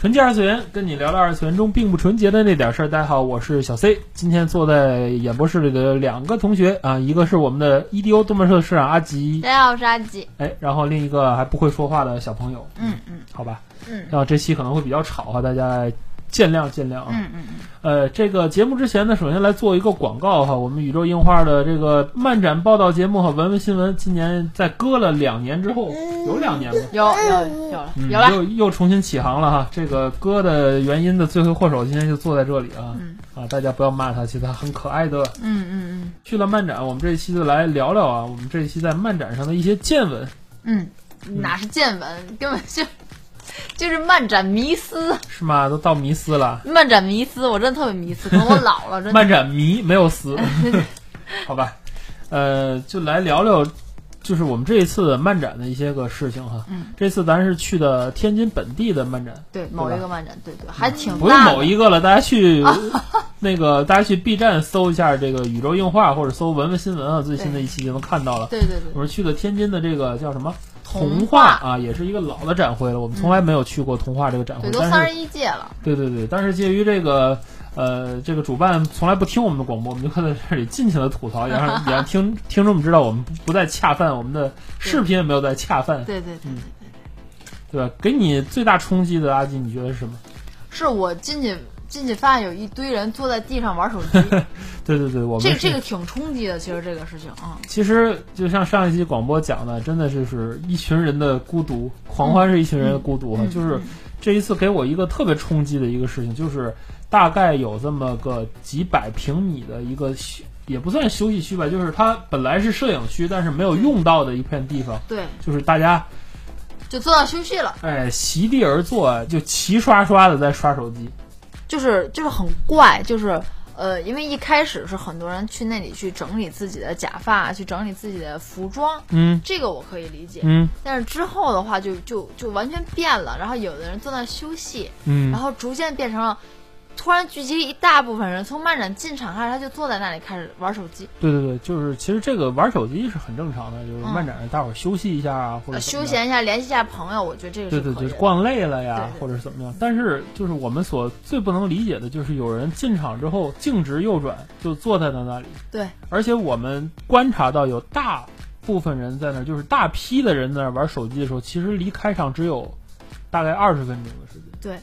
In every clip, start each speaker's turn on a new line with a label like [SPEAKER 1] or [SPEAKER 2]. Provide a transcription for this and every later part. [SPEAKER 1] 纯洁二次元，跟你聊聊二次元中并不纯洁的那点事儿。大家好，我是小 C。今天坐在演播室里的两个同学啊，一个是我们的 EDO 动漫社社长阿吉
[SPEAKER 2] 大，家好，我是阿吉。
[SPEAKER 1] 哎，然后另一个还不会说话的小朋友，
[SPEAKER 2] 嗯嗯
[SPEAKER 1] 好吧？
[SPEAKER 2] 嗯
[SPEAKER 1] 然后这期可能会比较吵啊，大家见谅见谅啊。
[SPEAKER 2] 嗯嗯，
[SPEAKER 1] 呃，这个节目之前呢，首先来做一个广告哈。我们宇宙樱花的这个漫展报道节目和文文新闻，今年在搁了两年之后，有两年吧，
[SPEAKER 2] 有有有了
[SPEAKER 1] 嗯、
[SPEAKER 2] 有了。
[SPEAKER 1] 又又重新起航了哈。这个搁的原因的罪魁祸首今天就坐在这里啊、
[SPEAKER 2] 嗯
[SPEAKER 1] 啊！大家不要骂他，其实他很可爱的。
[SPEAKER 2] 嗯嗯
[SPEAKER 1] 去了漫展，我们这一期就来聊聊啊，我们这一期在漫展上的一些见闻。
[SPEAKER 2] 嗯嗯，哪是见闻，根本就就是漫展迷思，
[SPEAKER 1] 是吗？都到迷思了，
[SPEAKER 2] 漫展迷思，我真的特别迷思，可能我 老了，真的。
[SPEAKER 1] 漫展迷没有 死， 好吧？呃，就来聊聊，就是我们这一次漫展的一些个事情哈。
[SPEAKER 2] 嗯，
[SPEAKER 1] 这次咱是去的天津本地的漫展，
[SPEAKER 2] 对某一个漫展，对对，还挺
[SPEAKER 1] 不用
[SPEAKER 2] 大的。
[SPEAKER 1] 某一个了，大家去那个大家去 B 站搜一下这个宇宙硬化，或者搜文文新闻啊，最新的一期就能看到了。
[SPEAKER 2] 对对对
[SPEAKER 1] 我，们去的天津的这个叫什么
[SPEAKER 2] 童
[SPEAKER 1] 话
[SPEAKER 2] 话
[SPEAKER 1] 啊，也是一个老的展会了，我们从来没有去过童话这个展会，
[SPEAKER 2] 对，都
[SPEAKER 1] 但是
[SPEAKER 2] 三十一届了。
[SPEAKER 1] 对对对，但是介于这个呃，这个主办从来不听我们的广播，我们就可以在这里尽情的吐槽，也 让也让听听众们知道我们不不再恰饭，我们的视频也没有在恰饭，
[SPEAKER 2] 对对对对，
[SPEAKER 1] 对吧？给你最大冲击的阿基，你觉得是什么？
[SPEAKER 2] 是我进去进去发现有一堆人坐在地上玩手机，
[SPEAKER 1] 对对 对，我们
[SPEAKER 2] 这
[SPEAKER 1] 是
[SPEAKER 2] 这个挺冲击的。其实这个事情啊，
[SPEAKER 1] 其实就像上一期广播讲的，真的就是一群人的孤独，狂欢是一群人的孤独哈、
[SPEAKER 2] 嗯嗯
[SPEAKER 1] 就是这一次给我一个特别冲击的一个事情，就是大概有这么个几百平米的一个休，也不算休息区吧，就是它本来是摄影区，但是没有用到的一片地方，
[SPEAKER 2] 对，
[SPEAKER 1] 就是大家
[SPEAKER 2] 就坐到休息了，
[SPEAKER 1] 哎席地而坐，就齐刷刷的在刷手机。
[SPEAKER 2] 就是就是很怪，就是呃，因为一开始是很多人去那里去整理自己的假发，去整理自己的服装，
[SPEAKER 1] 嗯
[SPEAKER 2] 这个我可以理解。
[SPEAKER 1] 嗯
[SPEAKER 2] 但是之后的话就，就就完全变了。然后有的人坐那休息，然
[SPEAKER 1] 嗯，
[SPEAKER 2] 后逐渐变成了。突然聚集一大部分人，从漫展进场开始，他就坐在那里开始玩手机，
[SPEAKER 1] 对对对，就是其实这个玩手机是很正常的，就是
[SPEAKER 2] 嗯
[SPEAKER 1] 漫展上大伙儿休息一下啊，或者怎么
[SPEAKER 2] 呃休
[SPEAKER 1] 样
[SPEAKER 2] 闲一下，联系一下朋友，我觉得这个
[SPEAKER 1] 对
[SPEAKER 2] 是
[SPEAKER 1] 对
[SPEAKER 2] 可以
[SPEAKER 1] 对，
[SPEAKER 2] 的。
[SPEAKER 1] 逛累了呀，
[SPEAKER 2] 对对
[SPEAKER 1] 或者是怎么样？但是就是我们所最不能理解的就是有人进场之后径直右转，就坐在那那里。
[SPEAKER 2] 对，
[SPEAKER 1] 而且我们观察到有大部分人在那儿，就是大批的人在那儿玩手机的时候，其实离开场只有大概二十分钟的时间。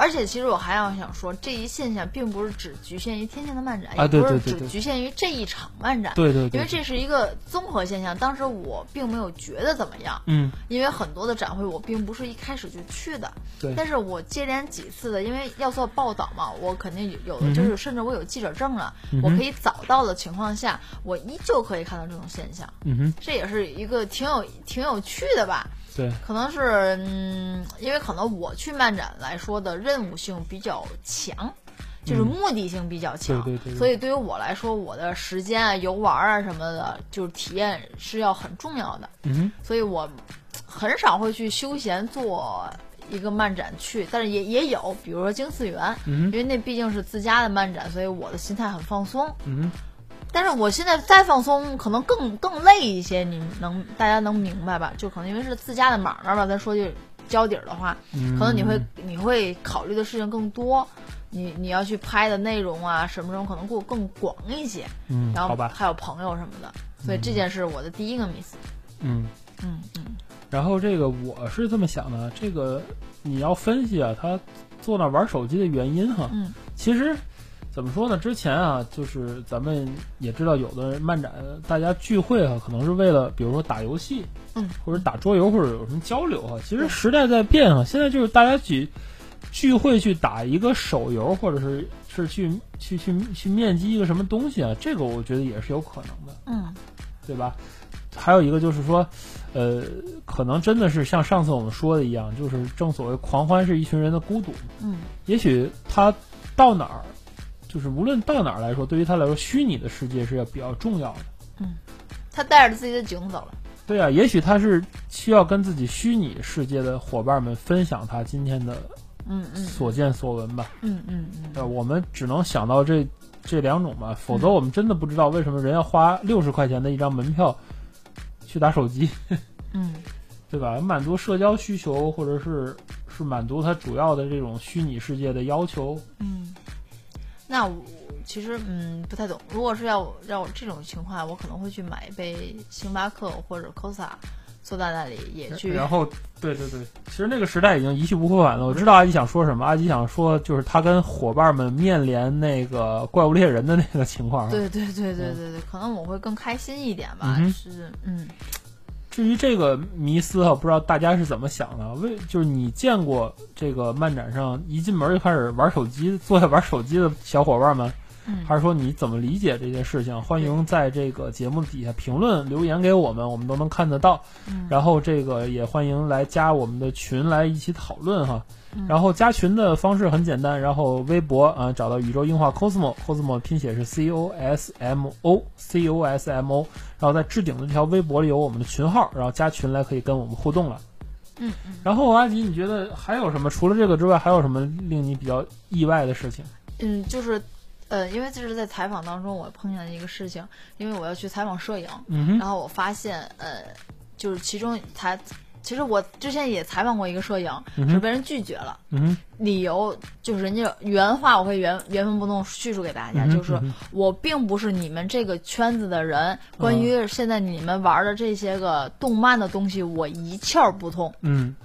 [SPEAKER 2] 而且其实我还要想说，这一现象并不是只局限于天津的漫展，
[SPEAKER 1] 啊对
[SPEAKER 2] 也
[SPEAKER 1] 对
[SPEAKER 2] 不是
[SPEAKER 1] 对对
[SPEAKER 2] 只局限于这一场漫展，
[SPEAKER 1] 对对
[SPEAKER 2] 因
[SPEAKER 1] 对
[SPEAKER 2] 为，这是一个综合现象。当时我并没有觉得怎么样，
[SPEAKER 1] 嗯，
[SPEAKER 2] 因为很多的展会我并不是一开始就去的。
[SPEAKER 1] 对
[SPEAKER 2] 但是我接连几次的，因为要做报道嘛，我肯定有有
[SPEAKER 1] 嗯
[SPEAKER 2] 的
[SPEAKER 1] 哼
[SPEAKER 2] 就是，甚至我有记者证了，
[SPEAKER 1] 嗯
[SPEAKER 2] 我
[SPEAKER 1] 哼
[SPEAKER 2] 可以早到的情况下，我依旧可以看到这种现象。
[SPEAKER 1] 嗯哼，
[SPEAKER 2] 这也是一个挺有挺有趣的吧。
[SPEAKER 1] 对，
[SPEAKER 2] 可能是嗯，因为可能我去漫展来说的任务性比较强，就是
[SPEAKER 1] 嗯
[SPEAKER 2] 目的性比较强，
[SPEAKER 1] 对对对对
[SPEAKER 2] 所以对于我来说，我的时间啊、游玩啊什么的，就是体验是要很重要的，
[SPEAKER 1] 嗯哼，
[SPEAKER 2] 所以我很少会去休闲做一个漫展去，但是也也有，比如说京四元，
[SPEAKER 1] 嗯
[SPEAKER 2] 因为那毕竟是自家的漫展，所以我的心态很放松。
[SPEAKER 1] 哼，嗯哼，
[SPEAKER 2] 但是我现在再放松，可能更更累一些，你能大家能明白吧？就可能因为是自家的买卖吧，咱说句交底儿的话，
[SPEAKER 1] 嗯
[SPEAKER 2] 可能你会你会考虑的事情更多，你你要去拍的内容啊什么什么，可能更更广一些，
[SPEAKER 1] 嗯，
[SPEAKER 2] 然后
[SPEAKER 1] 好吧，
[SPEAKER 2] 还有朋友什么的，所以这件事我的第一个 miss，
[SPEAKER 1] 嗯。
[SPEAKER 2] 嗯嗯，
[SPEAKER 1] 然后这个我是这么想的，这个你要分析啊，他坐那玩手机的原因哈。
[SPEAKER 2] 嗯，
[SPEAKER 1] 其实怎么说呢？之前啊，就是咱们也知道，有的漫展大家聚会哈、可能是为了比如说打游戏，
[SPEAKER 2] 嗯，
[SPEAKER 1] 或者打桌游，或者有什么交流哈、其实时代在变啊，现在就是大家聚聚会去打一个手游，或者是是去去去去面基一个什么东西啊，这个我觉得也是有可能的。
[SPEAKER 2] 嗯
[SPEAKER 1] 对吧？还有一个就是说，呃，可能真的是像上次我们说的一样，就是正所谓狂欢是一群人的孤独。
[SPEAKER 2] 嗯，
[SPEAKER 1] 也许他到哪儿，就是无论到哪儿来说，对于他来说，虚拟的世界是要比较重要的。
[SPEAKER 2] 他带着自己的景走了。
[SPEAKER 1] 对啊，也许他是需要跟自己虚拟世界的伙伴们分享他今天的
[SPEAKER 2] 嗯嗯
[SPEAKER 1] 所见所闻吧。
[SPEAKER 2] 嗯嗯嗯
[SPEAKER 1] 呃，我们只能想到这这两种吧，否则我们真的不知道为什么人要花六十块钱的一张门票去打手机，
[SPEAKER 2] 嗯
[SPEAKER 1] 对吧？满足社交需求，或者是是满足他主要的这种虚拟世界的要求。
[SPEAKER 2] 嗯。那我其实嗯不太懂，如果是要让我这种情况，我可能会去买一杯星巴克或者 Costa，坐在那里也去。
[SPEAKER 1] 然后，对对对，其实那个时代已经一去不复返了。我知道阿基想说什么，阿基想说就是他跟伙伴们面临那个怪物猎人的那个情况。啊
[SPEAKER 2] 对对对对对对，可能我会更开心一点
[SPEAKER 1] 嗯
[SPEAKER 2] 吧。
[SPEAKER 1] 哼
[SPEAKER 2] 是嗯
[SPEAKER 1] 至于这个迷思啊哈，不知道大家是怎么想的？为就是你见过这个漫展上一进门就开始玩手机、坐下玩手机的小伙伴们，
[SPEAKER 2] 嗯，
[SPEAKER 1] 还是说你怎么理解这件事情？欢迎在这个节目底下评论留言给我们，我们都能看得到。
[SPEAKER 2] 嗯
[SPEAKER 1] 然后这个也欢迎来加我们的群来一起讨论哈。
[SPEAKER 2] 嗯
[SPEAKER 1] 然后加群的方式很简单，然后微博啊、呃找到宇宙硬化 cosmo，cosmo 拼写是 c o s m o c o s m o，然后在置顶的这条微博里有我们的群号，然后加群来可以跟我们互动了。
[SPEAKER 2] 嗯
[SPEAKER 1] 然后阿吉，你觉得还有什么？除了这个之外，还有什么令你比较意外的事情？
[SPEAKER 2] 嗯，就是，呃，因为这是在采访当中我碰见的一个事情，因为我要去采访摄影，
[SPEAKER 1] 嗯哼，
[SPEAKER 2] 然后我发现，呃，就是其中采，其实我之前也采访过一个摄影，
[SPEAKER 1] 嗯
[SPEAKER 2] 是
[SPEAKER 1] 哼，
[SPEAKER 2] 被人拒绝了，
[SPEAKER 1] 嗯哼，
[SPEAKER 2] 理由就是人家原话我会原原封不动叙述给大
[SPEAKER 1] 嗯
[SPEAKER 2] 家，
[SPEAKER 1] 哼
[SPEAKER 2] 哎就是
[SPEAKER 1] 嗯哼
[SPEAKER 2] 我并不是你们这个圈子的人，关于现在你们玩的这些个动漫的东西，我一窍不通，
[SPEAKER 1] 嗯，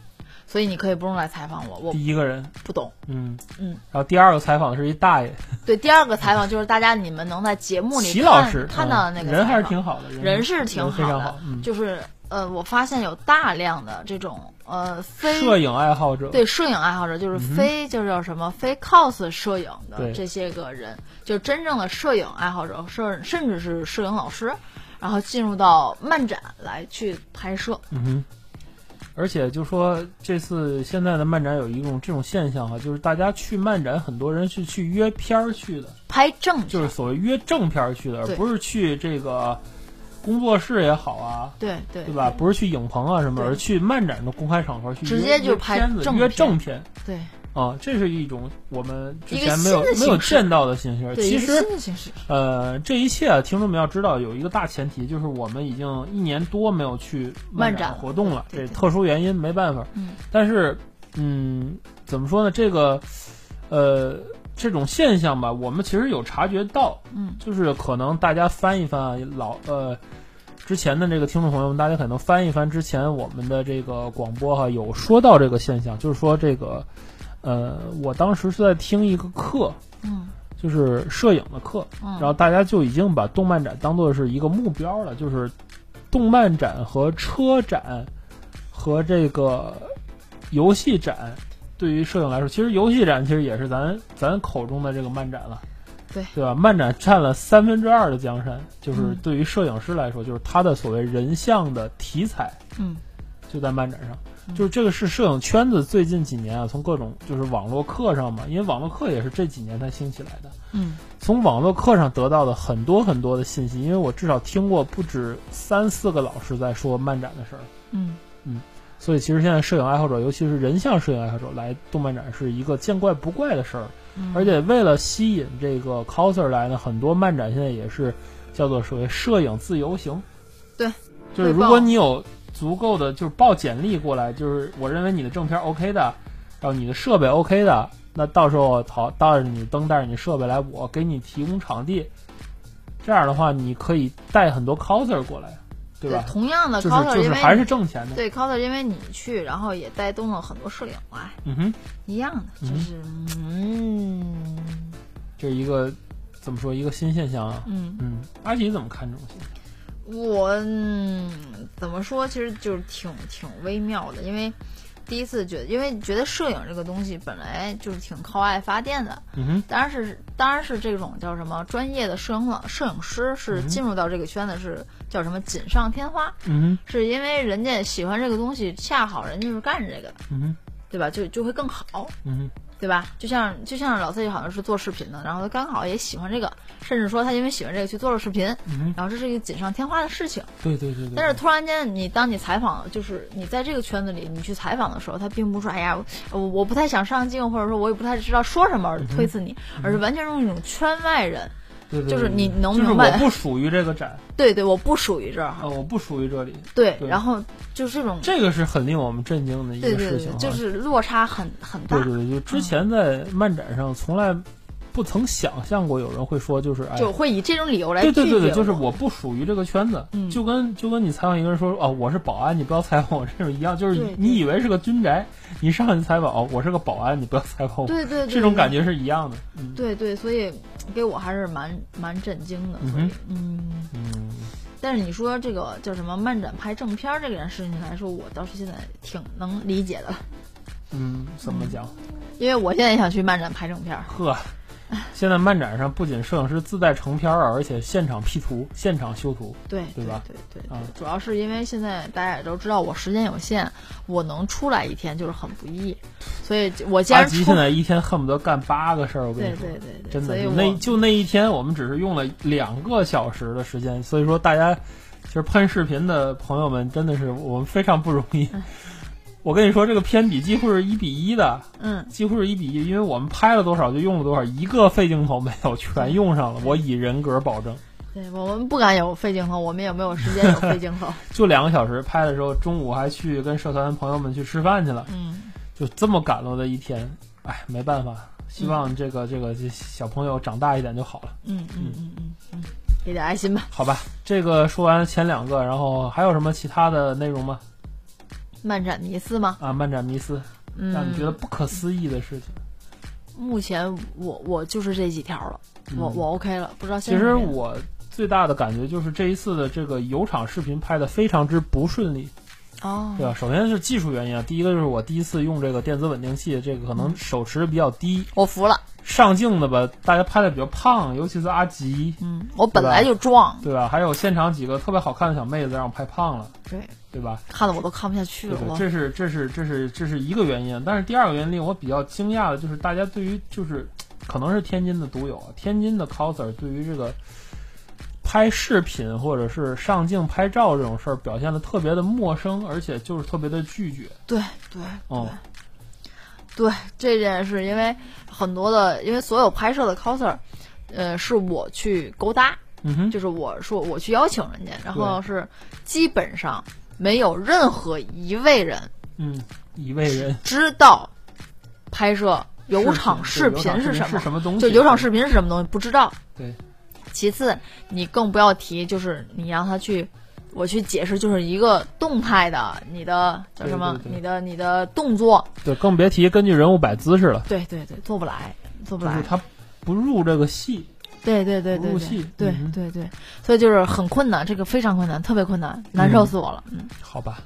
[SPEAKER 2] 所以你可以不用来采访我，我
[SPEAKER 1] 第一个人，
[SPEAKER 2] 不懂。
[SPEAKER 1] 嗯
[SPEAKER 2] 嗯，
[SPEAKER 1] 然后第二个采访的是一大爷，
[SPEAKER 2] 对，第二个采访就是大家你们能在节目里
[SPEAKER 1] 齐
[SPEAKER 2] 看
[SPEAKER 1] 老师，
[SPEAKER 2] 看到的那
[SPEAKER 1] 嗯
[SPEAKER 2] 个
[SPEAKER 1] 人还是
[SPEAKER 2] 采访
[SPEAKER 1] 挺好的，
[SPEAKER 2] 人是挺
[SPEAKER 1] 非常
[SPEAKER 2] 的，
[SPEAKER 1] 好，嗯，
[SPEAKER 2] 就是呃，我发现有大量的这种呃非
[SPEAKER 1] 摄影爱好者，
[SPEAKER 2] 对摄影爱好者，就是
[SPEAKER 1] 嗯哼
[SPEAKER 2] 非、就是叫什么非 cos 摄影的
[SPEAKER 1] 对
[SPEAKER 2] 这些个人，就是真正的摄影爱好者，甚甚至是摄影老师，然后进入到漫展来去拍摄。
[SPEAKER 1] 嗯哼，而且就说这次现在的漫展有一种这种现象啊，就是大家去漫展，很多人是去约片儿去的，
[SPEAKER 2] 拍正片
[SPEAKER 1] 就是所谓约正片儿去的，而
[SPEAKER 2] 对
[SPEAKER 1] 不是去这个工作室也好啊，
[SPEAKER 2] 对对
[SPEAKER 1] 对吧？不是去影棚啊什么，
[SPEAKER 2] 对
[SPEAKER 1] 而去漫展的公开场合去
[SPEAKER 2] 直
[SPEAKER 1] 约
[SPEAKER 2] 接就
[SPEAKER 1] 约
[SPEAKER 2] 拍
[SPEAKER 1] 片子
[SPEAKER 2] 正
[SPEAKER 1] 约
[SPEAKER 2] 片
[SPEAKER 1] 正片
[SPEAKER 2] 对
[SPEAKER 1] 啊，这是一种我们之
[SPEAKER 2] 一个
[SPEAKER 1] 前没有
[SPEAKER 2] 新的
[SPEAKER 1] 没有
[SPEAKER 2] 形式
[SPEAKER 1] 见到的形式。
[SPEAKER 2] 对，一
[SPEAKER 1] 呃其
[SPEAKER 2] 个
[SPEAKER 1] 实
[SPEAKER 2] 新的形式。
[SPEAKER 1] 呃，这一切啊，听众们要知道有一个大前提，就是我们已经一年多没有去漫
[SPEAKER 2] 漫展
[SPEAKER 1] 展活动了，
[SPEAKER 2] 对对
[SPEAKER 1] 这特殊原因没办法。
[SPEAKER 2] 嗯
[SPEAKER 1] 但是，嗯，怎么说呢？这个，呃，这种现象吧，我们其实有察觉到，
[SPEAKER 2] 嗯
[SPEAKER 1] 就是可能大家翻一翻啊，老呃。之前的这个听众朋友们，大家可能翻一翻之前我们的这个广播哈、有说到这个现象，就是说这个，呃，我当时是在听一个课，
[SPEAKER 2] 嗯
[SPEAKER 1] 就是摄影的课，
[SPEAKER 2] 嗯，
[SPEAKER 1] 然后大家就已经把动漫展当做是一个目标了，就是动漫展和车展和这个游戏展，对于摄影来说，其实游戏展其实也是咱咱口中的这个漫展了，
[SPEAKER 2] 对
[SPEAKER 1] 对吧？漫展占了三分之二的江山，就是
[SPEAKER 2] 嗯
[SPEAKER 1] 对于摄影师来说，就是他的所谓人像的题材
[SPEAKER 2] 嗯
[SPEAKER 1] 就在漫展上。
[SPEAKER 2] 嗯
[SPEAKER 1] 就是这个是摄影圈子最近几年啊，从各种就是网络课上嘛，因为网络课也是这几年才兴起来的，
[SPEAKER 2] 嗯
[SPEAKER 1] 从网络课上得到的很多很多的信息，因为我至少听过不止三四个老师在说漫展的事儿，
[SPEAKER 2] 嗯
[SPEAKER 1] 所以其实现在摄影爱好者，尤其是人像摄影爱好者来动漫展是一个见怪不怪的事儿。
[SPEAKER 2] 嗯，
[SPEAKER 1] 而且为了吸引这个 coser 来呢，很多漫展现在也是叫做所谓摄影自由行。
[SPEAKER 2] 对，
[SPEAKER 1] 就是
[SPEAKER 2] 汇报
[SPEAKER 1] 如果你有足够的就是报简历过来，就是我认为你的正片 OK 的，然后你的设备 OK 的，那到时候好带着你的灯带着你设备来，我给你提供场地。这样的话，你可以带很多 coser 过来，对吧？
[SPEAKER 2] 嗯同样的
[SPEAKER 1] 就是
[SPEAKER 2] coser，
[SPEAKER 1] 就是
[SPEAKER 2] 因为
[SPEAKER 1] 还
[SPEAKER 2] 你
[SPEAKER 1] 是挣钱的。
[SPEAKER 2] 对 coser，因为你去，然后也带动了很多摄影啊，
[SPEAKER 1] 嗯哼，
[SPEAKER 2] 一样的，就是嗯
[SPEAKER 1] 这是一个怎么说一个新现象啊？
[SPEAKER 2] 嗯。
[SPEAKER 1] 嗯，阿吉怎么看这种现象？
[SPEAKER 2] 我、嗯、怎么说，其实就是挺挺微妙的，因为第一次觉得，因为觉得摄影这个东西本来就是挺靠爱发电的，
[SPEAKER 1] 嗯哼，
[SPEAKER 2] 当然是当然是这种叫什么专业的摄影老摄影师是
[SPEAKER 1] 嗯
[SPEAKER 2] 进入到这个圈子是叫什么锦上添花，
[SPEAKER 1] 嗯
[SPEAKER 2] 是因为人家喜欢这个东西，恰好人家就是干这个的，
[SPEAKER 1] 哼，嗯哼，
[SPEAKER 2] 对吧？就就会更好，
[SPEAKER 1] 嗯
[SPEAKER 2] 对吧？就像就像老蔡好像是做视频的，然后他刚好也喜欢这个，甚至说他因为喜欢这个去做了视频，
[SPEAKER 1] 哼，嗯哼，
[SPEAKER 2] 然后这是一个锦上添花的事情。
[SPEAKER 1] 对对对对。
[SPEAKER 2] 但是突然间，你当你采访，就是你在这个圈子里，你去采访的时候，他并不是哎呀，我我不太想上镜，或者说我也不太知道说什么而推辞你，
[SPEAKER 1] 嗯
[SPEAKER 2] 而是完全用一种圈外人，
[SPEAKER 1] 对对对
[SPEAKER 2] 就是你能
[SPEAKER 1] 就是
[SPEAKER 2] 明
[SPEAKER 1] 我
[SPEAKER 2] 白
[SPEAKER 1] 不属于这个展，
[SPEAKER 2] 对对，我不属于这儿
[SPEAKER 1] 啊，，我不属于这里，
[SPEAKER 2] 对，
[SPEAKER 1] 对
[SPEAKER 2] 然后就是这种，
[SPEAKER 1] 这个是很令我们震惊的一
[SPEAKER 2] 对
[SPEAKER 1] 个
[SPEAKER 2] 对
[SPEAKER 1] 事情
[SPEAKER 2] 对
[SPEAKER 1] 啊。，
[SPEAKER 2] 就是落差很很大
[SPEAKER 1] 对，对对，就之前在漫展上从来不曾想象过有人会说，就是哎，
[SPEAKER 2] 就会以这种理由来
[SPEAKER 1] 对
[SPEAKER 2] 拒绝
[SPEAKER 1] 对对对，就是
[SPEAKER 2] 我，
[SPEAKER 1] 我不属于这个圈子，
[SPEAKER 2] 嗯
[SPEAKER 1] 就跟就跟你采访一个人说哦，我是保安，你不要采访我这种一样，就是
[SPEAKER 2] 对对
[SPEAKER 1] 你以为是个军宅，你上去采访哦，我是个保安，你不要采访我，
[SPEAKER 2] 对对对，
[SPEAKER 1] 这种感
[SPEAKER 2] 觉，
[SPEAKER 1] 觉是一样的。嗯
[SPEAKER 2] 对对，所以给我还是蛮蛮震惊的，所以
[SPEAKER 1] 嗯
[SPEAKER 2] 嗯。
[SPEAKER 1] 嗯，
[SPEAKER 2] 但是你说这个叫什么漫展拍正片儿这件事情来说，我倒是现在挺能理解的，
[SPEAKER 1] 嗯，怎么讲？
[SPEAKER 2] 因为我现在也想去漫展拍正片儿。
[SPEAKER 1] 呵，现在漫展上不仅摄影师自带成片儿，而且现场 P 图、现场修图。
[SPEAKER 2] 对
[SPEAKER 1] 对吧
[SPEAKER 2] 对对
[SPEAKER 1] 啊
[SPEAKER 2] 主要是因为现在大家也都知道我时间有限，我能出来一天就是很不易，所以我既
[SPEAKER 1] 阿
[SPEAKER 2] 然
[SPEAKER 1] 吉
[SPEAKER 2] 出
[SPEAKER 1] 现，在一天恨不得干八个事儿，我跟
[SPEAKER 2] 对
[SPEAKER 1] 你说。
[SPEAKER 2] 对对对，
[SPEAKER 1] 真
[SPEAKER 2] 所
[SPEAKER 1] 的，
[SPEAKER 2] 以
[SPEAKER 1] 就
[SPEAKER 2] 我
[SPEAKER 1] 那就那一天，我们只是用了两个小时的时间，所以说大家就是喷视频的朋友们，真的是我们非常不容易
[SPEAKER 2] 哎。
[SPEAKER 1] 我跟你说，这个偏比几乎是一比一的，
[SPEAKER 2] 嗯，
[SPEAKER 1] 几乎是一比一，因为我们拍了多少就用了多少，一个废镜头没有，全用上了。我以人格保证，
[SPEAKER 2] 对我们不敢有费镜头，我们也没有时间有费镜头。
[SPEAKER 1] 就两个小时拍的时候，中午还去跟社团朋友们去吃饭去了，
[SPEAKER 2] 嗯，
[SPEAKER 1] 就这么赶路的一天，哎，没办法，希望这个这个这小朋友长大一点就好了。
[SPEAKER 2] 嗯嗯嗯嗯嗯，给点爱心吧。
[SPEAKER 1] 好吧，这个说完前两个，然后还有什么其他的内容吗？
[SPEAKER 2] 漫展迷思吗？
[SPEAKER 1] 啊，漫展迷思，让你觉得
[SPEAKER 2] 嗯，
[SPEAKER 1] 不可思议的事情。
[SPEAKER 2] 目前我我就是这几条了，
[SPEAKER 1] 嗯
[SPEAKER 2] 我我 OK 了，不知道现
[SPEAKER 1] 其
[SPEAKER 2] 在
[SPEAKER 1] 实
[SPEAKER 2] 是什么
[SPEAKER 1] 我最大的感觉就是这一次的这个有场视频拍的非常之不顺利，
[SPEAKER 2] 哦，
[SPEAKER 1] 对吧？首先是技术原因啊，第一个就是我第一次用这个电子稳定器，这个可能手持比较低，
[SPEAKER 2] 我服了，
[SPEAKER 1] 上镜的吧，大家拍的比较胖，尤其是阿吉，
[SPEAKER 2] 嗯，我本来就壮，
[SPEAKER 1] 对吧？还有现场几个特别好看的小妹子让我拍胖了，
[SPEAKER 2] 对，
[SPEAKER 1] 对吧？
[SPEAKER 2] 看的我都看不下去
[SPEAKER 1] 对
[SPEAKER 2] 了，
[SPEAKER 1] 对，
[SPEAKER 2] 我
[SPEAKER 1] 这是这是这是这是一个原因，但是第二个原因令我比较惊讶的就是大家对于就是可能是天津的独有，啊，天津的 coser 对于这个拍视频或者是上镜拍照这种事儿表现的特别的陌生，而且就是特别的拒绝。
[SPEAKER 2] 对对
[SPEAKER 1] 嗯，
[SPEAKER 2] 对这件事，因为很多的，因为所有拍摄的 coser，呃，是我去勾搭，
[SPEAKER 1] 嗯哼，
[SPEAKER 2] 就是我说我去邀请人家，然后是基本上没有任何一位人
[SPEAKER 1] 嗯，一位人
[SPEAKER 2] 知道拍摄有场
[SPEAKER 1] 视
[SPEAKER 2] 视
[SPEAKER 1] 频对有场
[SPEAKER 2] 频是
[SPEAKER 1] 视
[SPEAKER 2] 什
[SPEAKER 1] 是
[SPEAKER 2] 么，
[SPEAKER 1] 什么东西？啊
[SPEAKER 2] 就有场视频是什么东西不知道。
[SPEAKER 1] 对，
[SPEAKER 2] 其次，你更不要提，就是你让他去，我去解释，就是一个动态的，你的叫什么？
[SPEAKER 1] 对对对
[SPEAKER 2] 你的你的动作，
[SPEAKER 1] 对，更别提根据人物摆姿势了，
[SPEAKER 2] 对对对，做不来，做不
[SPEAKER 1] 就
[SPEAKER 2] 来
[SPEAKER 1] 是，他不入这个戏。
[SPEAKER 2] 对对对
[SPEAKER 1] 不
[SPEAKER 2] 对
[SPEAKER 1] 入
[SPEAKER 2] 对
[SPEAKER 1] 戏
[SPEAKER 2] 对
[SPEAKER 1] 嗯
[SPEAKER 2] 对对，所以就是很困难，这个非常困难，特别困难，难受死我了。嗯，
[SPEAKER 1] 好吧，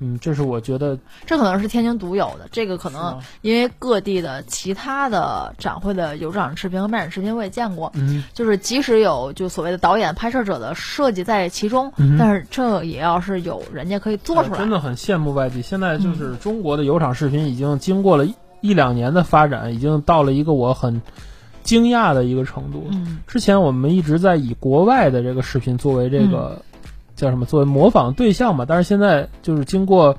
[SPEAKER 1] 嗯，这是我觉得
[SPEAKER 2] 这可能是天津独有的，这个可
[SPEAKER 1] 是吗
[SPEAKER 2] 能因为各地的其他的展会的有展视频和漫展视频我也见过，
[SPEAKER 1] 嗯
[SPEAKER 2] 就是即使有就所谓的导演、拍摄者的设计在其中，
[SPEAKER 1] 嗯哼
[SPEAKER 2] 但是这也要是有人家可以做出
[SPEAKER 1] 我
[SPEAKER 2] 来嗯
[SPEAKER 1] 真。的很羡慕外地。现在就是中国的有场视频已经经过了一一两年的发展，已经到了一个我很惊讶的一个程度。
[SPEAKER 2] 嗯，
[SPEAKER 1] 之前我们一直在以国外的这个视频作为这个、叫什么作为模仿对象嘛，但是现在就是经过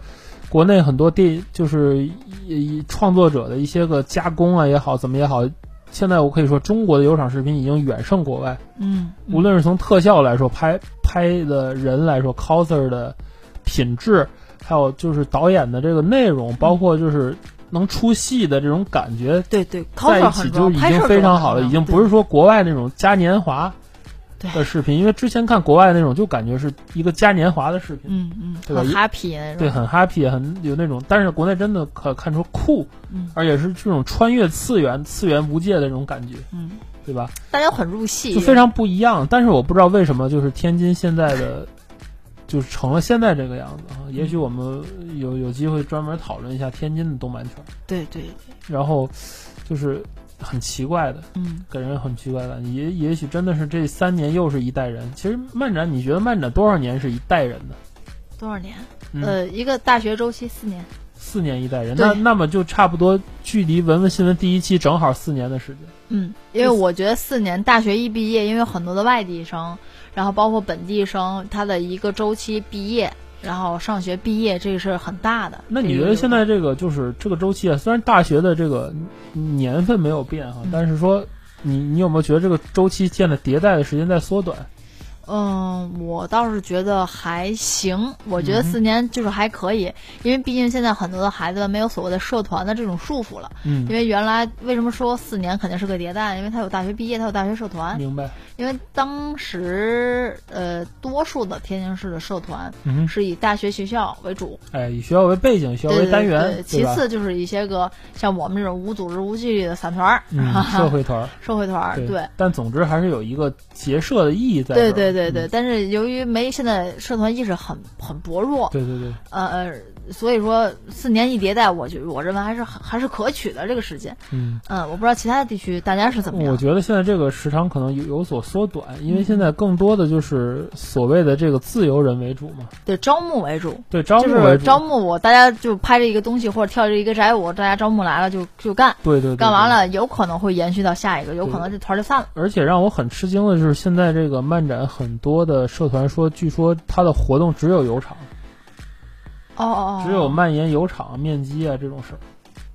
[SPEAKER 1] 国内很多电就是一一创作者的一些个加工啊也好，怎么也好。现在我可以说，中国的有场视频已经远胜国外。
[SPEAKER 2] 嗯，
[SPEAKER 1] 无论是从特效来说，拍拍的人来说，coser 的品质，还有就是导演的这个内容，包括就是能出戏的这种感觉，
[SPEAKER 2] 对对
[SPEAKER 1] 在
[SPEAKER 2] ，coser
[SPEAKER 1] 一起
[SPEAKER 2] 很重
[SPEAKER 1] 就已
[SPEAKER 2] 要，拍摄
[SPEAKER 1] 经
[SPEAKER 2] 者
[SPEAKER 1] 非常好了，
[SPEAKER 2] 很
[SPEAKER 1] 已
[SPEAKER 2] 重要
[SPEAKER 1] 经不是说国外那种嘉年华
[SPEAKER 2] 对
[SPEAKER 1] 的视频，因为之前看国外那种就感觉是一个嘉年华的视
[SPEAKER 2] 对
[SPEAKER 1] 频，
[SPEAKER 2] 嗯嗯
[SPEAKER 1] 对吧
[SPEAKER 2] 很 happy 那种，
[SPEAKER 1] 对，很 happy，很有那种，但是国内真的可看出酷，
[SPEAKER 2] 嗯
[SPEAKER 1] 而且是这种穿越次元、次元无界的这种感觉，
[SPEAKER 2] 嗯，
[SPEAKER 1] 对吧？
[SPEAKER 2] 大家很入戏，
[SPEAKER 1] 就非常不一样。但是我不知道为什么，就是天津现在的，就是成了现在这个样子啊。也
[SPEAKER 2] 嗯
[SPEAKER 1] 许我们有有机会专门讨论一下天津的动漫圈，
[SPEAKER 2] 对对，
[SPEAKER 1] 然后就是很奇怪的，
[SPEAKER 2] 嗯，
[SPEAKER 1] 给人很奇怪的，也也许真的是这三年又是一代人。其实漫展，你觉得漫展多少年是一代人呢？
[SPEAKER 2] 多少年？
[SPEAKER 1] 嗯、
[SPEAKER 2] 呃，一个大学周期四年，
[SPEAKER 1] 四年一代人，
[SPEAKER 2] 对
[SPEAKER 1] 那那么就差不多距离《文文新闻》第一期正好四年的时间。
[SPEAKER 2] 嗯，因为我觉得四年大学一毕业，因为有很多的外地生，然后包括本地生，他的一个周期毕业，然后上学毕业，这个是很大的。
[SPEAKER 1] 那你
[SPEAKER 2] 这
[SPEAKER 1] 觉
[SPEAKER 2] 个
[SPEAKER 1] 得现在这个就是这个周期啊？虽然大学的这个年份没有变哈，
[SPEAKER 2] 嗯
[SPEAKER 1] 但是说你你有没有觉得这个周期间的迭代的时间在缩短？
[SPEAKER 2] 嗯，我倒是觉得还行，我觉得
[SPEAKER 1] 嗯哼
[SPEAKER 2] 四年就是还可以，因为毕竟现在很多的孩子没有所谓的社团的这种束缚了。
[SPEAKER 1] 嗯
[SPEAKER 2] 因，为原来为什么说四年肯定是个迭代？因为他有大学毕业，他有大学社团。
[SPEAKER 1] 嗯明白。
[SPEAKER 2] 因为当时呃，多数的天津市的社团
[SPEAKER 1] 嗯，
[SPEAKER 2] 是以大学学校为主，
[SPEAKER 1] 哎，以学校为背景，以学校
[SPEAKER 2] 对
[SPEAKER 1] 为
[SPEAKER 2] 对
[SPEAKER 1] 单元，
[SPEAKER 2] 对，其
[SPEAKER 1] 吧？
[SPEAKER 2] 次就是一些个像我们这种无组织无纪律的散团儿、
[SPEAKER 1] 嗯， 社会团儿，
[SPEAKER 2] 社会团儿，
[SPEAKER 1] 对。
[SPEAKER 2] 对。
[SPEAKER 1] 但总之还是有一个结社的意义在这儿。
[SPEAKER 2] 对对对对，
[SPEAKER 1] 嗯
[SPEAKER 2] 但是由于没现在社团意识很很薄弱，
[SPEAKER 1] 对对对，
[SPEAKER 2] 呃呃，所以说四年一迭代，我觉我认为还是很还是可取的这个时间。
[SPEAKER 1] 嗯。
[SPEAKER 2] 嗯，我不知道其他的地区大家是怎么样
[SPEAKER 1] 我
[SPEAKER 2] 的。
[SPEAKER 1] 觉得现在这个时长可能有有所缩短，因为现在更多的就是所谓的这个自由人为主嘛，
[SPEAKER 2] 对招募为主，
[SPEAKER 1] 对招募
[SPEAKER 2] 就
[SPEAKER 1] 为
[SPEAKER 2] 是
[SPEAKER 1] 主，
[SPEAKER 2] 招募我，大家就拍这一个东西或者跳这一个宅舞，大家招募来了就就干，
[SPEAKER 1] 对对对，
[SPEAKER 2] 干完
[SPEAKER 1] 对。
[SPEAKER 2] 了有可能会延续到下一个，有
[SPEAKER 1] 对
[SPEAKER 2] 可能这团儿就散了。
[SPEAKER 1] 而且让我很吃惊的就是，现在这个漫展很多的社团说，据说它的活动只有油厂，
[SPEAKER 2] 哦哦哦，
[SPEAKER 1] 只有蔓延油厂、面基啊这种事儿。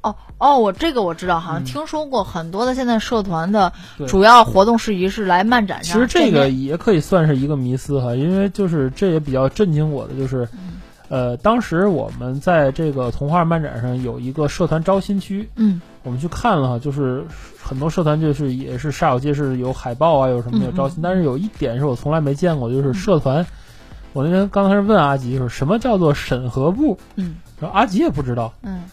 [SPEAKER 2] 哦哦，我这个我知道，好像
[SPEAKER 1] 嗯
[SPEAKER 2] 听说过很多的现在社团的
[SPEAKER 1] 对
[SPEAKER 2] 主要活动事宜是来漫展
[SPEAKER 1] 其
[SPEAKER 2] 上。
[SPEAKER 1] 实这
[SPEAKER 2] 见
[SPEAKER 1] 个
[SPEAKER 2] 面
[SPEAKER 1] 也可以算是一个迷思哈，因为就是这也比较震惊我的，就是，呃，当时我们在这个童话漫展上有一个社团招新区，
[SPEAKER 2] 嗯
[SPEAKER 1] 我们去看了哈，就是很多社团就是也是煞有介事，有海报啊，有什么
[SPEAKER 2] 嗯
[SPEAKER 1] 有招新，
[SPEAKER 2] 嗯
[SPEAKER 1] 但是有一点是我从来没见过，就是社团。我那天刚开始问阿吉，就是什么叫做审核部，
[SPEAKER 2] 嗯
[SPEAKER 1] 然后阿吉也不知道，
[SPEAKER 2] 嗯，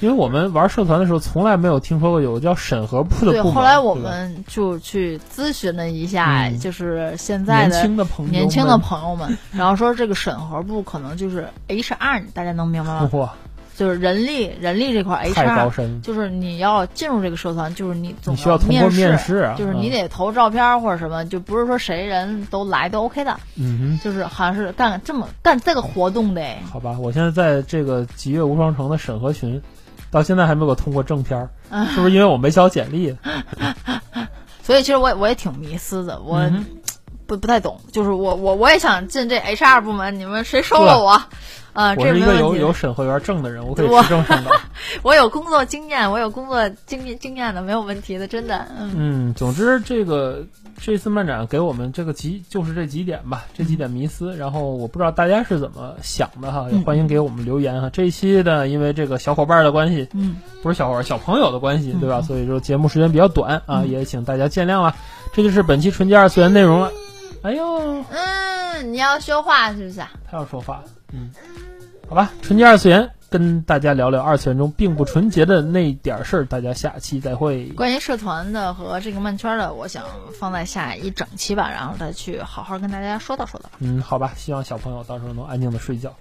[SPEAKER 1] 因为我们玩社团的时候从来没有听说过有叫审核部的
[SPEAKER 2] 对。
[SPEAKER 1] 部门。
[SPEAKER 2] 后来我
[SPEAKER 1] 对吧
[SPEAKER 2] 们就去咨询了一下，
[SPEAKER 1] 嗯
[SPEAKER 2] 就是现在
[SPEAKER 1] 年
[SPEAKER 2] 的
[SPEAKER 1] 轻的朋友们，
[SPEAKER 2] 年轻的朋友们， 然后说这个审核部可能就是 HR，大家能明白吗？
[SPEAKER 1] 哇，
[SPEAKER 2] 就是人力人力这块
[SPEAKER 1] 哦太高
[SPEAKER 2] HR，
[SPEAKER 1] 深了，
[SPEAKER 2] 就是你要进入这个社团，就是你总
[SPEAKER 1] 你需要通过面试啊，
[SPEAKER 2] 就是你得投照片儿或者什么，就不是说谁人都来都 OK 的，
[SPEAKER 1] 嗯嗯
[SPEAKER 2] 就是好像是干这么干这个活动的哎。
[SPEAKER 1] 哼，好吧，我现在在这个极乐无双城的审核群，到现在还没给我通过正片儿，
[SPEAKER 2] 啊
[SPEAKER 1] 是不是因为我没交简历？啊
[SPEAKER 2] 所以其实我也我也挺迷思的，我
[SPEAKER 1] 嗯
[SPEAKER 2] 不不太懂，就是我我我也想进这 HR 部门，你们谁收了我？啊、
[SPEAKER 1] 我
[SPEAKER 2] 这
[SPEAKER 1] 是一
[SPEAKER 2] 没
[SPEAKER 1] 个
[SPEAKER 2] 问
[SPEAKER 1] 有
[SPEAKER 2] 题
[SPEAKER 1] 有
[SPEAKER 2] 的。
[SPEAKER 1] 审核员证的人，我可以
[SPEAKER 2] 我
[SPEAKER 1] 吃正上岗。
[SPEAKER 2] 我有工作经验，我有工作经验经验的，没有问题的，真的。嗯
[SPEAKER 1] 嗯，总之这个这次漫展给我们这个几就是这几点吧，这几点迷思。然后我不知道大家是怎么想的哈，也
[SPEAKER 2] 嗯
[SPEAKER 1] 欢迎给我们留言哈。这一期呢，因为这个小伙伴的关系，
[SPEAKER 2] 嗯，
[SPEAKER 1] 不是小伙伴，小朋友的关系，对吧？
[SPEAKER 2] 嗯
[SPEAKER 1] 所以说节目时间比较短啊，
[SPEAKER 2] 嗯
[SPEAKER 1] 也请大家见谅了。这就是本期纯洁二次元内容了。哎呦，
[SPEAKER 2] 嗯，你要说话是不是啊？
[SPEAKER 1] 他要说话，嗯，好吧，纯洁二次元跟大家聊聊二次元中并不纯洁的那点儿事儿，大家下期再会。
[SPEAKER 2] 关于社团的和这个漫圈的，我想放在下一整期吧，然后再去好好跟大家说道说道。
[SPEAKER 1] 嗯，好吧，希望小朋友到时候能安静的睡觉。